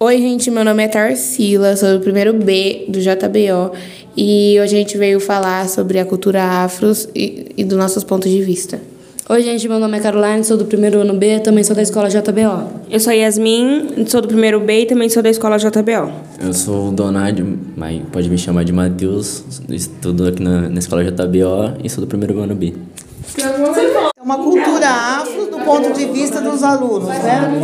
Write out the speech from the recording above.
Oi, gente, meu nome é Tarsila, sou do primeiro B do JBO e hoje a gente veio falar sobre a cultura afros e, e dos nossos pontos de vista. Oi, gente, meu nome é Caroline, sou do primeiro ano B, também sou da escola JBO. Eu sou a Yasmin, sou do primeiro B e também sou da escola JBO. Eu sou o Donádio, mas pode me chamar de Matheus, estudo aqui na, na escola JBO e sou do primeiro ano B. É uma cultura afro do ponto de vista dos alunos, né?